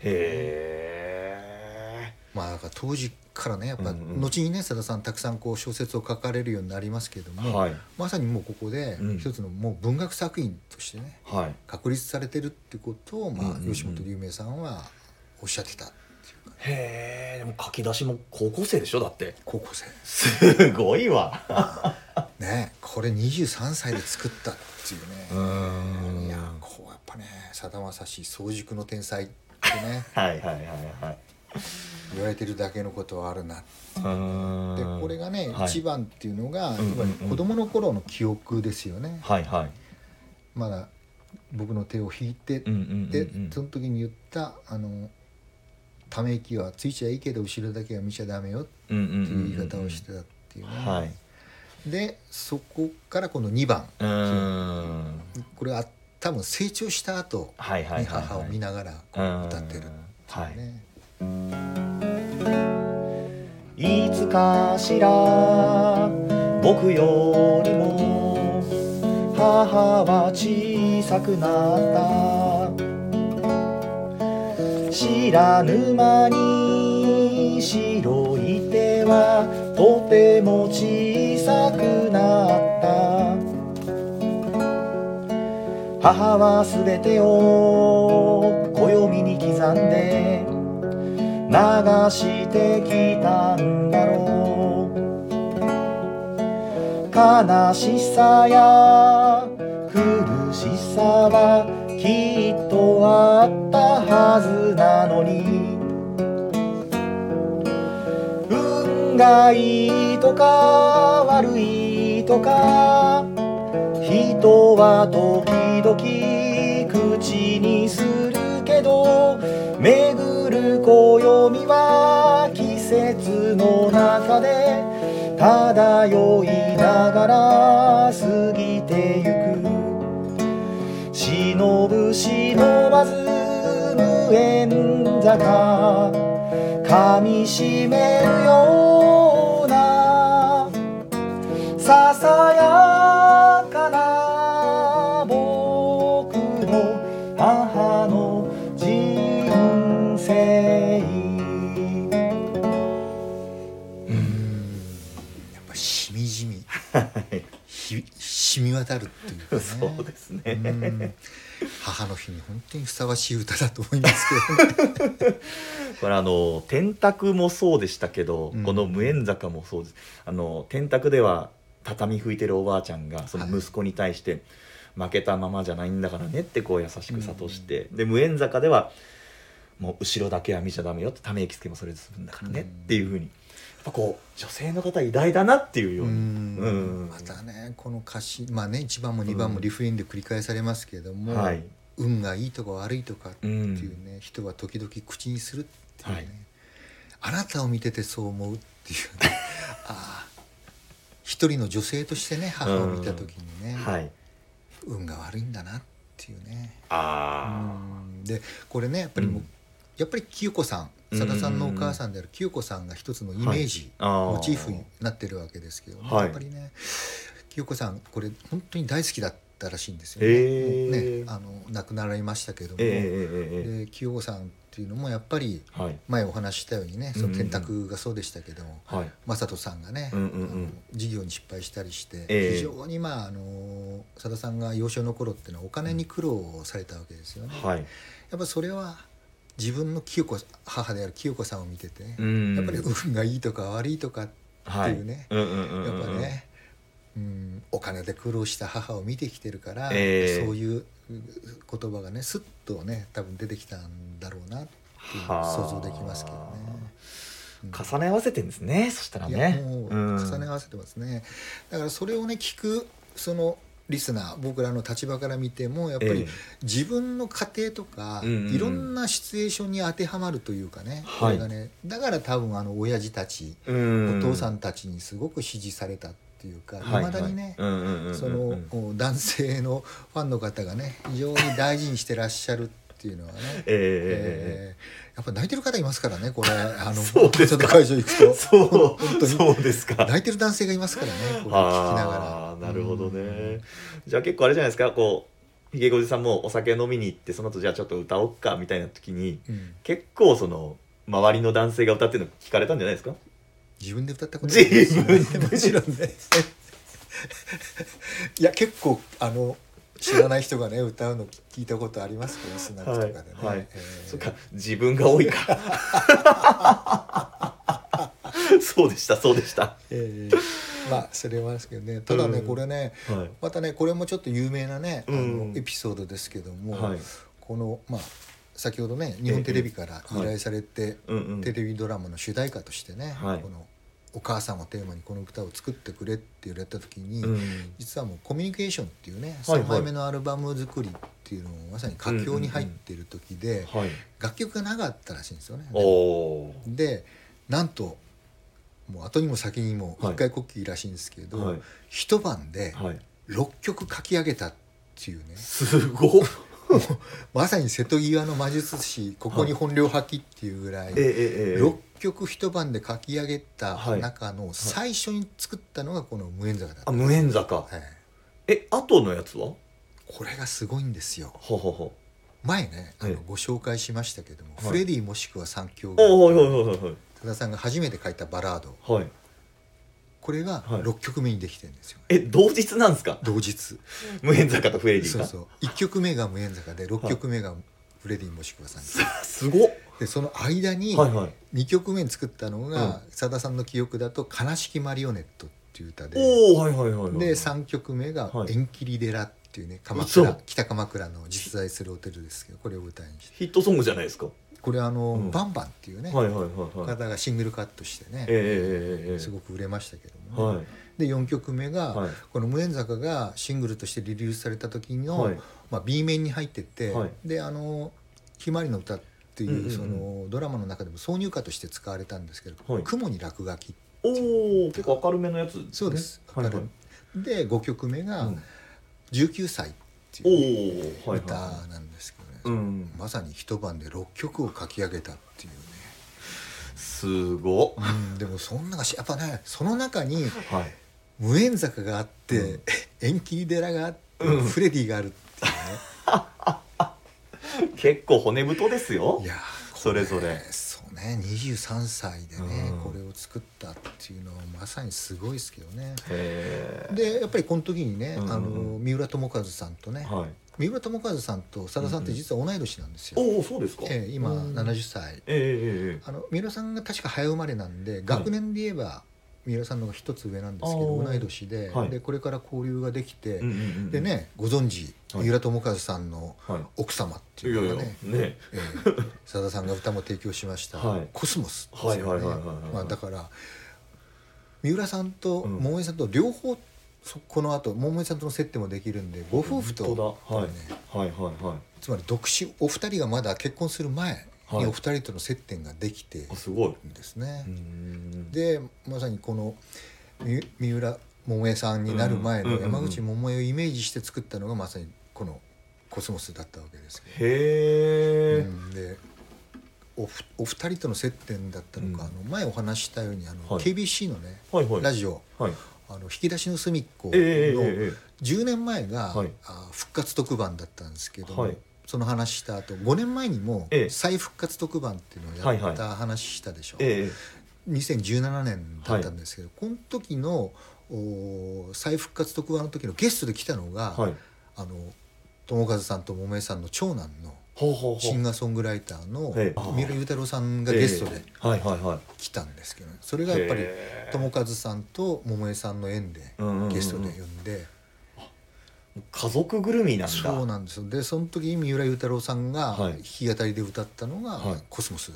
[SPEAKER 3] ていう
[SPEAKER 4] へ
[SPEAKER 3] まあだから当時からねやっぱ
[SPEAKER 4] うんうん
[SPEAKER 3] 後にねさださんたくさんこう小説を書かれるようになりますけど
[SPEAKER 4] え
[SPEAKER 3] も、
[SPEAKER 4] はい
[SPEAKER 3] まさにもうここで
[SPEAKER 4] うん
[SPEAKER 3] 一つのもう文学作品としてね
[SPEAKER 4] はい
[SPEAKER 3] 確立されてるってことをま
[SPEAKER 4] う
[SPEAKER 3] あ
[SPEAKER 4] んうんうん
[SPEAKER 3] 吉本龍明さんはおっしゃってたっていうか
[SPEAKER 4] へえでも書き出しも高校生でしょだって
[SPEAKER 3] 高校生
[SPEAKER 4] すごいわ
[SPEAKER 3] ねこれ23歳で作ったっていうね。いやこうやっぱねさだまさし早熟の天才って ね
[SPEAKER 4] はいはいはいはい
[SPEAKER 3] 言われてるだけのことはあるなで
[SPEAKER 4] で
[SPEAKER 3] これがね、
[SPEAKER 4] はい
[SPEAKER 3] 一番っていうのが、
[SPEAKER 4] うんうんうん
[SPEAKER 3] いわゆる子供の頃の記憶ですよね、
[SPEAKER 4] はいはい
[SPEAKER 3] まだ僕の手を引いて、
[SPEAKER 4] うんうんうん
[SPEAKER 3] で
[SPEAKER 4] うん
[SPEAKER 3] その時に言ったあのため息はついちゃいいけど後ろだけは見ちゃダメよって
[SPEAKER 4] うんうんうんうん
[SPEAKER 3] いう言い方をしてたっていうね、
[SPEAKER 4] はい
[SPEAKER 3] でそこからこの2番
[SPEAKER 4] うーん
[SPEAKER 3] これは多分成長した後
[SPEAKER 4] はいはいはいはい
[SPEAKER 3] に母を見ながらこう歌ってるっていうね、
[SPEAKER 4] うんはい
[SPEAKER 1] いつかしら僕よりも母は小さくなった知らぬ間に白い手はとても小さくなった母はすべてを暦に刻んで流してきたんだろう悲しさや苦しさはきっとあったはずなのに運がいいとか悪いとか人は時々口にするけど巡る暦は季節の中で漂いながら過ぎてゆく忍ぶ忍ばず無縁坂噛みしめるようなささやかな僕の母の人生
[SPEAKER 3] やっぱしみじみひしみ渡るっていうか ね
[SPEAKER 4] そうですね
[SPEAKER 3] うん母の日に本当にふさわしい歌だと思います けど、ね、
[SPEAKER 4] これあの天卓もそうでしたけど、
[SPEAKER 3] うん
[SPEAKER 4] この無縁坂もそうですあの天卓では畳拭いてるおばあちゃんがその息子に対して、負けたままじゃないんだからねってこう優しく諭して、で無縁坂ではもう後ろだけは見ちゃダメよってため息つけもそれでするんだからね、
[SPEAKER 3] うん
[SPEAKER 4] っていうふうにやっぱこう女性の方偉大だなっていうよ
[SPEAKER 3] う
[SPEAKER 4] うに
[SPEAKER 3] ん
[SPEAKER 4] うん
[SPEAKER 3] またねこの歌詞まあね1番も2番もリフレインで繰り返されますけれども、
[SPEAKER 4] はい
[SPEAKER 3] 運がいいとか悪いとかっていう
[SPEAKER 4] うん
[SPEAKER 3] ね、人は時々口にするっていうね、
[SPEAKER 4] はい
[SPEAKER 3] あなたを見ててそう思うっていうねああ一人の女性としてね母を見た時にね、
[SPEAKER 1] はい
[SPEAKER 3] 運が悪いんだなっていうね。
[SPEAKER 1] あ
[SPEAKER 3] うんでこれねやっぱりも
[SPEAKER 1] う
[SPEAKER 3] う、
[SPEAKER 1] ん
[SPEAKER 3] やっぱり清子さん
[SPEAKER 1] うん
[SPEAKER 3] さださんのお母さんである清子さんが一つのイメージ、
[SPEAKER 1] はいあー
[SPEAKER 3] モチーフになってるわけですけどね、
[SPEAKER 1] はい
[SPEAKER 3] やっぱりね清子さんこれ本当に大好きだったらしいんですよね。
[SPEAKER 1] へー
[SPEAKER 3] もうねあの亡くなられましたけども、
[SPEAKER 1] えええええええ
[SPEAKER 3] で清子さんっていうのもやっぱり
[SPEAKER 1] えはい
[SPEAKER 3] 前お話ししたようにねその
[SPEAKER 1] うん
[SPEAKER 3] 天卓がそうでしたけども。
[SPEAKER 1] はい
[SPEAKER 3] 正人さんがね、
[SPEAKER 1] うんうんうん
[SPEAKER 3] あの事業に失敗したりして、
[SPEAKER 1] ええ
[SPEAKER 3] 非常にまああのさださんが幼少の頃っていうのはお金に苦労をされたわけですよね。
[SPEAKER 1] はい
[SPEAKER 3] やっぱそれは自分の清子母である清子さんを見てて、
[SPEAKER 1] うん
[SPEAKER 3] やっぱり運がいいとか悪いとかっていうね、
[SPEAKER 1] はい、うんうんうんうん
[SPEAKER 3] やっぱね、うん、お金で苦労した母を見てきてるから、
[SPEAKER 1] ええ
[SPEAKER 3] そういう言葉がねすっとね多分出てきたんだろうなっていう
[SPEAKER 1] はあ
[SPEAKER 3] 想像できますけどね。うん
[SPEAKER 1] 重ね合わせてんですねそしたら
[SPEAKER 3] いや
[SPEAKER 1] ね
[SPEAKER 3] もう
[SPEAKER 1] うん
[SPEAKER 3] 重ね合わせてますね、だからそれをね聞くそのリスナー僕らの立場から見てもやっぱ
[SPEAKER 1] ええ
[SPEAKER 3] り自分の家庭とか、
[SPEAKER 1] うんうんうん
[SPEAKER 3] いろんなシチュエーションに当てはまるというかね,、
[SPEAKER 1] はい
[SPEAKER 3] これがねだから多分あの親父たち、
[SPEAKER 1] うん
[SPEAKER 3] お父さんたちにすごく支持されたっていうか、
[SPEAKER 1] はい
[SPEAKER 3] いまだにね、
[SPEAKER 1] はいうんうんうんうん
[SPEAKER 3] そのこう男性のファンの方がね非常に大事にしてらっしゃるっていうのはね、
[SPEAKER 1] ええええええ
[SPEAKER 3] えーやっぱ泣いてる方いますから ねこれあの
[SPEAKER 1] そうですか
[SPEAKER 3] コンサート会場行くと
[SPEAKER 1] そう
[SPEAKER 3] 本当に
[SPEAKER 1] そうですか
[SPEAKER 3] 泣いてる男性がいますからねこれ聞きなが
[SPEAKER 1] あー
[SPEAKER 3] ら
[SPEAKER 1] なるほどね、
[SPEAKER 3] うん
[SPEAKER 1] じゃあ結構あれじゃないですかこうひげごじさんもお酒飲みに行ってその後じゃあちょっと歌おっかみたいな時に
[SPEAKER 3] うん
[SPEAKER 1] 結構その周りの男性が歌ってるの聞かれたんじゃないですか
[SPEAKER 3] 自分で歌ったことないですよね
[SPEAKER 1] 自分で
[SPEAKER 3] もちろんね いや結構あの知らない人がね歌うの聞いたことありますけどスナックとかでね、
[SPEAKER 1] はいはい
[SPEAKER 3] えー
[SPEAKER 1] そっか自分が多いかそうでしたそうでした
[SPEAKER 3] えー まあそれはですけどねただね、
[SPEAKER 1] うん
[SPEAKER 3] これね
[SPEAKER 1] はい
[SPEAKER 3] またねこれもちょっと有名なね、
[SPEAKER 1] うん
[SPEAKER 3] あのエピソードですけども、
[SPEAKER 1] はい
[SPEAKER 3] このまあ先ほどね日本テレビから依頼されて、
[SPEAKER 1] うんうん
[SPEAKER 3] テレビドラマの主題歌としてね、
[SPEAKER 1] はい
[SPEAKER 3] このお母さんをテーマにこの歌を作ってくれって言われた時に、
[SPEAKER 1] うん
[SPEAKER 3] 実はもう「コミュニケーション」っていうね、
[SPEAKER 1] はいはい
[SPEAKER 3] 3枚目のアルバム作りっていうのもまさに佳境に入ってる時で、
[SPEAKER 1] はい
[SPEAKER 3] 楽曲がなかったらしいんですよね。
[SPEAKER 1] おお
[SPEAKER 3] でなんともう後にも先にも
[SPEAKER 1] はい
[SPEAKER 3] 一回こっきりらしいんですけ
[SPEAKER 1] ー
[SPEAKER 3] ど、
[SPEAKER 1] はい
[SPEAKER 3] 一晩で
[SPEAKER 1] はい
[SPEAKER 3] 6曲書き上げたっていうね
[SPEAKER 1] すごっ
[SPEAKER 3] まさに瀬戸際の魔術師ここに本領発揮っていうぐらい、
[SPEAKER 1] ええええええ
[SPEAKER 3] 6曲一晩で書き上げ
[SPEAKER 1] は
[SPEAKER 3] た
[SPEAKER 1] い
[SPEAKER 3] 中の最初に作ったのがこの「無縁坂」だった、
[SPEAKER 1] あ無縁坂
[SPEAKER 3] はい
[SPEAKER 1] え後のやつは
[SPEAKER 3] これがすごいんですよ
[SPEAKER 1] ほうほうほ
[SPEAKER 3] 前ねあ
[SPEAKER 1] ええ
[SPEAKER 3] のご紹介しましたけども、
[SPEAKER 1] はい
[SPEAKER 3] フレディもしくは三強
[SPEAKER 1] うおおはい
[SPEAKER 3] が
[SPEAKER 1] はいはいはい
[SPEAKER 3] 多田さんが初めて書いたバラード
[SPEAKER 1] はい
[SPEAKER 3] これが
[SPEAKER 1] はい
[SPEAKER 3] 6曲目にできてるんですよ、
[SPEAKER 1] え同日なんですか
[SPEAKER 3] 同日
[SPEAKER 1] 無縁坂とフレディ
[SPEAKER 3] そう
[SPEAKER 1] が
[SPEAKER 3] そう1曲目が「無縁坂」で6曲目がフレディもしくは三強
[SPEAKER 1] すごっ
[SPEAKER 3] でその間に
[SPEAKER 1] はいはい
[SPEAKER 3] 2曲目に作ったのが
[SPEAKER 1] は
[SPEAKER 3] さださんの記憶だと「悲しきマリオネット」っていう歌で
[SPEAKER 1] おおはいはいはいはい
[SPEAKER 3] で3曲目が
[SPEAKER 1] は
[SPEAKER 3] 「
[SPEAKER 1] い
[SPEAKER 3] 縁切り寺」っていうね鎌倉
[SPEAKER 1] 嘘
[SPEAKER 3] 北鎌倉の実在するホテルですけどこれを舞台にして
[SPEAKER 1] ヒットソングじゃないですかは
[SPEAKER 3] これあの、
[SPEAKER 1] うん
[SPEAKER 3] バンバンっていうね、
[SPEAKER 1] いはいはいはい
[SPEAKER 3] 方がシングルカットしてね、
[SPEAKER 1] ええええええ
[SPEAKER 3] すごく売れましたけどもね、
[SPEAKER 1] はい
[SPEAKER 3] で4曲目が、
[SPEAKER 1] はい
[SPEAKER 3] この「無縁坂」がシングルとしてリリースされた時の、
[SPEAKER 1] はい
[SPEAKER 3] まあ、B 面に入ってて、
[SPEAKER 1] はい
[SPEAKER 3] であの「ひまわりの歌」っていう,、
[SPEAKER 1] うんうんうん
[SPEAKER 3] そのドラマの中でも挿入歌として使われたんですけど「
[SPEAKER 1] はい
[SPEAKER 3] 雲に落書き
[SPEAKER 1] おお結構明るめのやつ」
[SPEAKER 3] そうです、
[SPEAKER 1] はいはい
[SPEAKER 3] で5曲目
[SPEAKER 1] う
[SPEAKER 3] が
[SPEAKER 1] ん
[SPEAKER 3] 「19歳」って
[SPEAKER 1] おお
[SPEAKER 3] いう、ね
[SPEAKER 1] はい
[SPEAKER 3] 歌
[SPEAKER 1] は
[SPEAKER 3] なんですけどね、
[SPEAKER 1] いうん
[SPEAKER 3] まさに一晩で6曲を書き上げたっていうね、
[SPEAKER 1] すごっ
[SPEAKER 3] でもそんながしやっぱねその中に
[SPEAKER 1] はい
[SPEAKER 3] 無縁坂があって、
[SPEAKER 1] うん
[SPEAKER 3] 縁切り寺があって、
[SPEAKER 1] うん
[SPEAKER 3] フレディがあるっていうね
[SPEAKER 1] 結構骨太ですよ
[SPEAKER 3] いやー
[SPEAKER 1] それぞれ
[SPEAKER 3] こそうね23歳でね、
[SPEAKER 1] うん
[SPEAKER 3] これを作ったっていうのはまさにすごいですけどね
[SPEAKER 1] へえ
[SPEAKER 3] でやっぱりこの時にね、
[SPEAKER 1] うん
[SPEAKER 3] あの三浦友和さんとね、
[SPEAKER 1] はい
[SPEAKER 3] 三浦友和さんとさださんって実は同い年なんですよ、
[SPEAKER 1] おおそうですか
[SPEAKER 3] ええ今
[SPEAKER 1] うん
[SPEAKER 3] 70歳、
[SPEAKER 1] えええええ
[SPEAKER 3] あの三浦さんが確か早生まれなんで学年で言えば三浦さんの方が一つ上なんですけど、
[SPEAKER 1] あー
[SPEAKER 3] 同い年で,、
[SPEAKER 1] はい
[SPEAKER 3] でこれから交流ができて、
[SPEAKER 1] えうんうんうん
[SPEAKER 3] でねご存知
[SPEAKER 1] はい
[SPEAKER 3] 三浦友和さんの
[SPEAKER 1] は
[SPEAKER 3] 奥様って
[SPEAKER 1] いい
[SPEAKER 3] い
[SPEAKER 1] や
[SPEAKER 3] う
[SPEAKER 1] い
[SPEAKER 3] の
[SPEAKER 1] や
[SPEAKER 3] がね
[SPEAKER 1] ね
[SPEAKER 3] ええ さださんが歌も提供しました
[SPEAKER 1] はい
[SPEAKER 3] 「コスモス」です
[SPEAKER 1] はい
[SPEAKER 3] よ
[SPEAKER 1] はい
[SPEAKER 3] ね
[SPEAKER 1] はいはいはい
[SPEAKER 3] まあだから三浦さんと
[SPEAKER 1] うん
[SPEAKER 3] 桃井さんと両方そこの後桃井さんとの接点もできるんでご夫婦と
[SPEAKER 1] 本当だはい
[SPEAKER 3] ね
[SPEAKER 1] はいはいはい
[SPEAKER 3] つまり独身お二人がまだ結婚する前
[SPEAKER 1] はい
[SPEAKER 3] にお二人との接点ができて
[SPEAKER 1] あすごい
[SPEAKER 3] ですね
[SPEAKER 1] うーん
[SPEAKER 3] でまさにこのみ三浦桃江さんになる前
[SPEAKER 1] うんう
[SPEAKER 3] の
[SPEAKER 1] んうんうん
[SPEAKER 3] 山口百恵をイメージして作ったのがまさにこの「コスモス」だったわけですけど
[SPEAKER 1] へえ、
[SPEAKER 3] うんでおふお二人との接点だったのか、
[SPEAKER 1] うん
[SPEAKER 3] あの前お話ししたようにあの、
[SPEAKER 1] はい
[SPEAKER 3] KBC のね、
[SPEAKER 1] はいはい
[SPEAKER 3] ラジオ
[SPEAKER 1] はい
[SPEAKER 3] あの「引き出しの隅っこ」の
[SPEAKER 1] ええええええ
[SPEAKER 3] 10年前が、
[SPEAKER 1] はい
[SPEAKER 3] あ復活特番だったんですけども、
[SPEAKER 1] はい
[SPEAKER 3] その話した後5年前にも
[SPEAKER 1] ええ
[SPEAKER 3] 再復活特番っていうのをや
[SPEAKER 1] は
[SPEAKER 3] っ
[SPEAKER 1] いは
[SPEAKER 3] た話したでしょ、
[SPEAKER 1] ええ
[SPEAKER 3] 2017年だったんですけど、この時のお再復活特番の時のゲストで来たのが、
[SPEAKER 1] はい
[SPEAKER 3] あの友和さんと桃江さんの長男の。
[SPEAKER 1] ほうほうほ
[SPEAKER 3] シン
[SPEAKER 1] う
[SPEAKER 3] ガーソングライターの
[SPEAKER 1] ええ
[SPEAKER 3] 三浦雄太郎さんがゲストで
[SPEAKER 1] ええはいはいはい
[SPEAKER 3] 来たんですけど、それがやっぱり
[SPEAKER 1] へえ
[SPEAKER 3] 友和さんと桃江さんの縁で
[SPEAKER 1] うんうんうんうん
[SPEAKER 3] ゲストで呼んで、
[SPEAKER 1] 家族ぐるみなんだ
[SPEAKER 3] そうなんですよでその時に三浦雄太郎さんが
[SPEAKER 1] はい
[SPEAKER 3] 弾き語りで歌ったのが
[SPEAKER 1] はい
[SPEAKER 3] 「コスモス」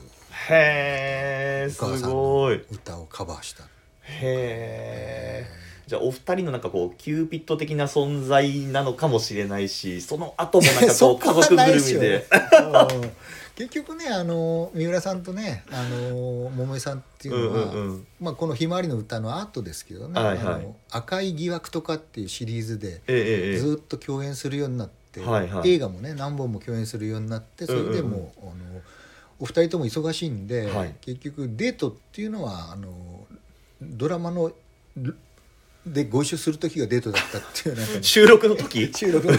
[SPEAKER 1] へえ
[SPEAKER 3] お
[SPEAKER 1] す
[SPEAKER 3] 母さん
[SPEAKER 1] ご
[SPEAKER 3] の
[SPEAKER 1] い
[SPEAKER 3] 歌をカバーした。
[SPEAKER 1] へえじゃあお二人のなんかこうキューピッド的な存在なのかもしれないしその後も なんかこ
[SPEAKER 3] そう
[SPEAKER 1] 家族ぐるみで
[SPEAKER 3] うん結局ねあの三浦さんとねあの桃江さんっていうのは、
[SPEAKER 1] うんうんうん
[SPEAKER 3] まあ、この「ひまわりの歌」の後ですけどね「
[SPEAKER 1] はいはい
[SPEAKER 3] あの赤い疑惑」とかっていうシリーズで
[SPEAKER 1] ええええ
[SPEAKER 3] ずっと共演するようになって、
[SPEAKER 1] はいはい
[SPEAKER 3] 映画もね何本も共演するようになってそれでも、あのお二人とも忙しいんで、
[SPEAKER 1] はい
[SPEAKER 3] 結局デートっていうのはあのドラマのでご一緒する時がデートだったっていうなん かね、
[SPEAKER 1] 収録の時
[SPEAKER 3] 収録の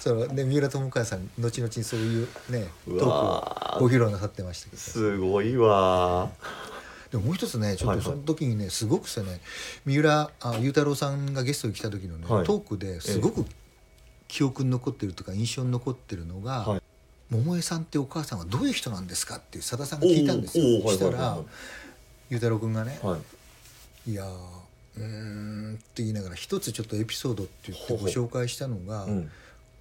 [SPEAKER 3] そうで三浦友和さん後々にそういうねトー
[SPEAKER 1] う
[SPEAKER 3] ク
[SPEAKER 1] わー
[SPEAKER 3] をご披露なさってましたけど
[SPEAKER 1] すごいわ
[SPEAKER 3] でももう一つねちょっ
[SPEAKER 1] はい
[SPEAKER 3] と
[SPEAKER 1] はい
[SPEAKER 3] その時にねすごくさね三浦あ裕太郎さんがゲストに来た時のね、
[SPEAKER 1] はい
[SPEAKER 3] トークですごく記憶に残ってるとか印象に残ってるのが、
[SPEAKER 1] はい
[SPEAKER 3] 桃江さんってお母さんはどういう人なんですかっていうさださん
[SPEAKER 1] ー
[SPEAKER 3] が聞いたんですよ
[SPEAKER 1] おーおー
[SPEAKER 3] そした
[SPEAKER 1] はい
[SPEAKER 3] ら裕太郎君がね
[SPEAKER 1] はいはいはい
[SPEAKER 3] 「いやーうーん」って言いながら一つちょっとエピソードって言って
[SPEAKER 1] ほうほ
[SPEAKER 3] ご
[SPEAKER 1] う
[SPEAKER 3] 紹介したのが。
[SPEAKER 1] うん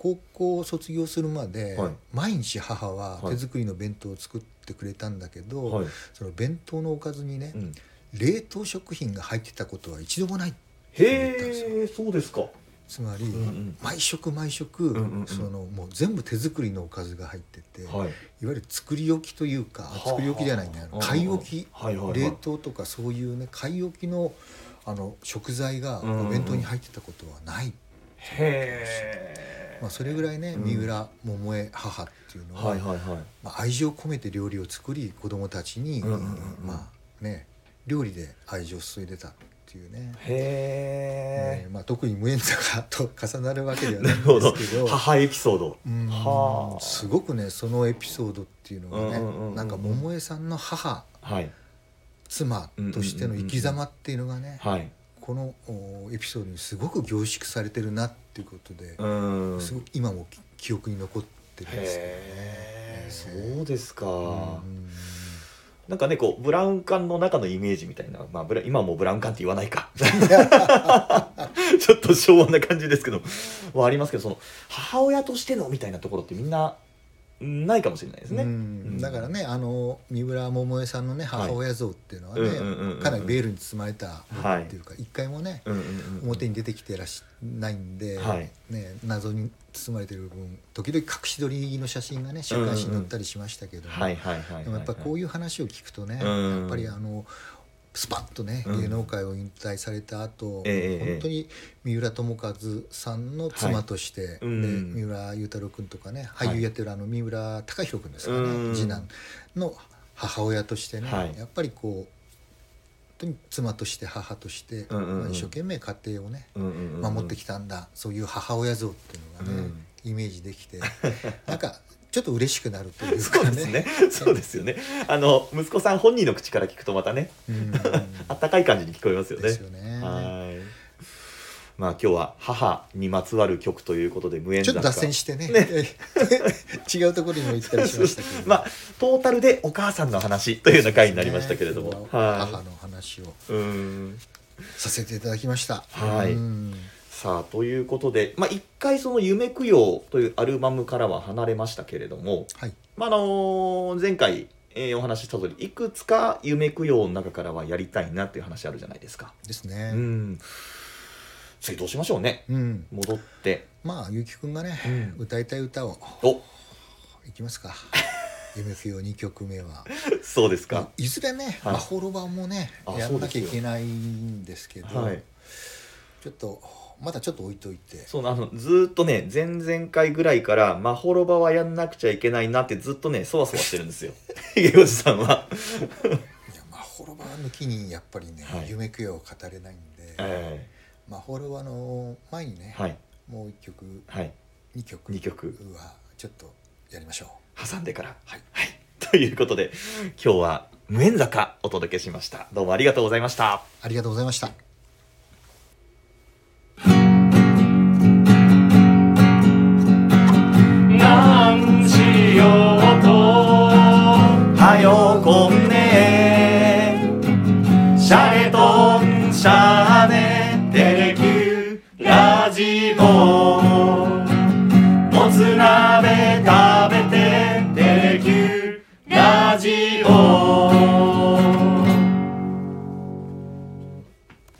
[SPEAKER 3] 高校を卒業するまで、
[SPEAKER 1] はい
[SPEAKER 3] 毎日母は
[SPEAKER 1] はい
[SPEAKER 3] 手作りの弁当を作ってくれたんだけど、
[SPEAKER 1] はい
[SPEAKER 3] その弁当のおかずにね、
[SPEAKER 1] うん
[SPEAKER 3] 冷凍食品が入ってたことは一度もない
[SPEAKER 1] へえそうですか
[SPEAKER 3] つまり、
[SPEAKER 1] んうん
[SPEAKER 3] 毎食毎食、
[SPEAKER 1] んうんうん
[SPEAKER 3] そのもう全部手作りのおかずが入ってて、い、
[SPEAKER 1] はい
[SPEAKER 3] わゆる作り置きというか
[SPEAKER 1] はあ
[SPEAKER 3] 作り置きじゃないねあの
[SPEAKER 1] はあ
[SPEAKER 3] 買い置き、
[SPEAKER 1] はいはいはい
[SPEAKER 3] 冷凍とかそういうね買い置きのあの食材が
[SPEAKER 1] うんうん
[SPEAKER 3] お弁当に入ってたことはない、
[SPEAKER 1] へえ
[SPEAKER 3] まあ、それぐらいね、
[SPEAKER 1] うん
[SPEAKER 3] 三浦桃江母っていうのは、
[SPEAKER 1] はいはいはい
[SPEAKER 3] まあ、愛情を込めて料理を作り子供たちに、
[SPEAKER 1] うんうんうんうん
[SPEAKER 3] まあね料理で愛情を注いでたっていうね、
[SPEAKER 1] へ
[SPEAKER 3] ねまあ、特に無縁坂と重なるわけでは
[SPEAKER 1] え
[SPEAKER 3] な
[SPEAKER 1] ないる
[SPEAKER 3] ん
[SPEAKER 1] ほど
[SPEAKER 3] ですけど
[SPEAKER 1] 母エピソード
[SPEAKER 3] うん
[SPEAKER 1] はあ
[SPEAKER 3] すごくねそのエピソードっていうのがね、
[SPEAKER 1] うんうんうんうん
[SPEAKER 3] なんか桃江さんの母
[SPEAKER 1] はい
[SPEAKER 3] 妻としての生き様っていうのがね、
[SPEAKER 1] はい
[SPEAKER 3] このおエピソードにすごく凝縮されてるなっていうことで、
[SPEAKER 1] うん
[SPEAKER 3] すごく今もき記憶に残ってるんですけどね。
[SPEAKER 1] へえそうですか、
[SPEAKER 3] うん
[SPEAKER 1] なんかねこうブラウン管の中のイメージみたいな、まあ、ブラ今はもうブラウン管って言わないか ちょっと昭和な感じですけどはありますけどその母親としてのみたいなところってみんなないかもしれないですね、
[SPEAKER 3] うん、だからねあの三浦桃江さんのね
[SPEAKER 1] はい
[SPEAKER 3] 母親像っていうのはね、
[SPEAKER 1] うんうんうんうん
[SPEAKER 3] かなりベールに包まれたものっていうか、一回もね
[SPEAKER 1] うんうんうん
[SPEAKER 3] 表に出てきてらしないんで、
[SPEAKER 1] はい
[SPEAKER 3] ね、謎に包まれてる部分時々隠し撮りの写真がね週刊誌に載ったりしましたけども、
[SPEAKER 1] はいはいはいはい、はい、
[SPEAKER 3] でもやっぱこういう話を聞くとね、
[SPEAKER 1] うん
[SPEAKER 3] やっぱりあのスパッとね
[SPEAKER 1] うん
[SPEAKER 3] 芸能界を引退された後、
[SPEAKER 1] ええ
[SPEAKER 3] 本当に三浦友和さんの妻として、で
[SPEAKER 1] うん
[SPEAKER 3] 三浦雄太郎君とかね
[SPEAKER 1] はい
[SPEAKER 3] 俳優やってるあの三浦貴大君ですかね、
[SPEAKER 1] うん
[SPEAKER 3] 次男の母親としてね、
[SPEAKER 1] はい
[SPEAKER 3] やっぱりこう本当に妻として母として、
[SPEAKER 1] うんうんうん
[SPEAKER 3] まあ一生懸命家庭をね
[SPEAKER 1] うんうんうん
[SPEAKER 3] 守ってきたんだ、そういう母親像っていうのがね、イメージできてなんかちょっと嬉しくなるとい う
[SPEAKER 1] そう
[SPEAKER 3] か
[SPEAKER 1] ですねそうですよねあの息子さん本人の口から聞くとまたね
[SPEAKER 3] うん
[SPEAKER 1] あったかい感じに聞こえますよね
[SPEAKER 3] ですよね。
[SPEAKER 1] はいまあ今日は母にまつわる曲ということで無縁
[SPEAKER 3] ちょっ
[SPEAKER 1] 坂
[SPEAKER 3] と脱線してね 違うところにも行ったりしましたけ ど、
[SPEAKER 1] まあトータルでお母さんの話というような回になりましたけれども、
[SPEAKER 3] そうですね母
[SPEAKER 1] は
[SPEAKER 3] の話を
[SPEAKER 1] いうん
[SPEAKER 3] させていただきました。
[SPEAKER 1] はい
[SPEAKER 3] うん
[SPEAKER 1] さあということでまあ一回その「夢供養」というアルバムからは離れましたけれども、
[SPEAKER 3] はい、
[SPEAKER 1] まああの前回、えーお話しした通りいくつか「夢供養」の中からはやりたいなっていう話あるじゃないですか。
[SPEAKER 3] です
[SPEAKER 1] う
[SPEAKER 3] ね。
[SPEAKER 1] ん次どうしましょうね
[SPEAKER 3] うん、
[SPEAKER 1] 戻って
[SPEAKER 3] まあゆうきくんがね、
[SPEAKER 1] うん
[SPEAKER 3] 歌いたい歌を
[SPEAKER 1] お
[SPEAKER 3] い きますか。夢不要二曲目は、
[SPEAKER 1] そうですか、
[SPEAKER 3] いずれね、
[SPEAKER 1] はい
[SPEAKER 3] まあ、ホロ版もね
[SPEAKER 1] あ、
[SPEAKER 3] や
[SPEAKER 1] そ
[SPEAKER 3] ん
[SPEAKER 1] う
[SPEAKER 3] な
[SPEAKER 1] です
[SPEAKER 3] きゃ
[SPEAKER 1] よ
[SPEAKER 3] いけないんですけど。
[SPEAKER 1] はい
[SPEAKER 3] ちょっとまだちょっと置いといて
[SPEAKER 1] そうあのずーっとね前々回ぐらいから「まほろばはやんなくちゃいけないな」ってずっとねそわそわしてるん ですよひげおじさんは、
[SPEAKER 3] いやまあホロバ抜きにやっぱりね、
[SPEAKER 1] はい
[SPEAKER 3] 夢供養を語れないんで、
[SPEAKER 1] え
[SPEAKER 3] まあホロバの前にね、
[SPEAKER 1] ーはい
[SPEAKER 3] もう一曲
[SPEAKER 1] はい
[SPEAKER 3] 二曲
[SPEAKER 1] 二曲
[SPEAKER 3] はちょっとやりましょう
[SPEAKER 1] 挟んでから
[SPEAKER 3] はい
[SPEAKER 1] ということで今日は「無縁坂」お届けしましたどうもありがとうございました
[SPEAKER 3] ありがとうございました
[SPEAKER 5] なんしようと
[SPEAKER 1] はよこんね
[SPEAKER 5] シャレとんシャネテレキューラジオもつな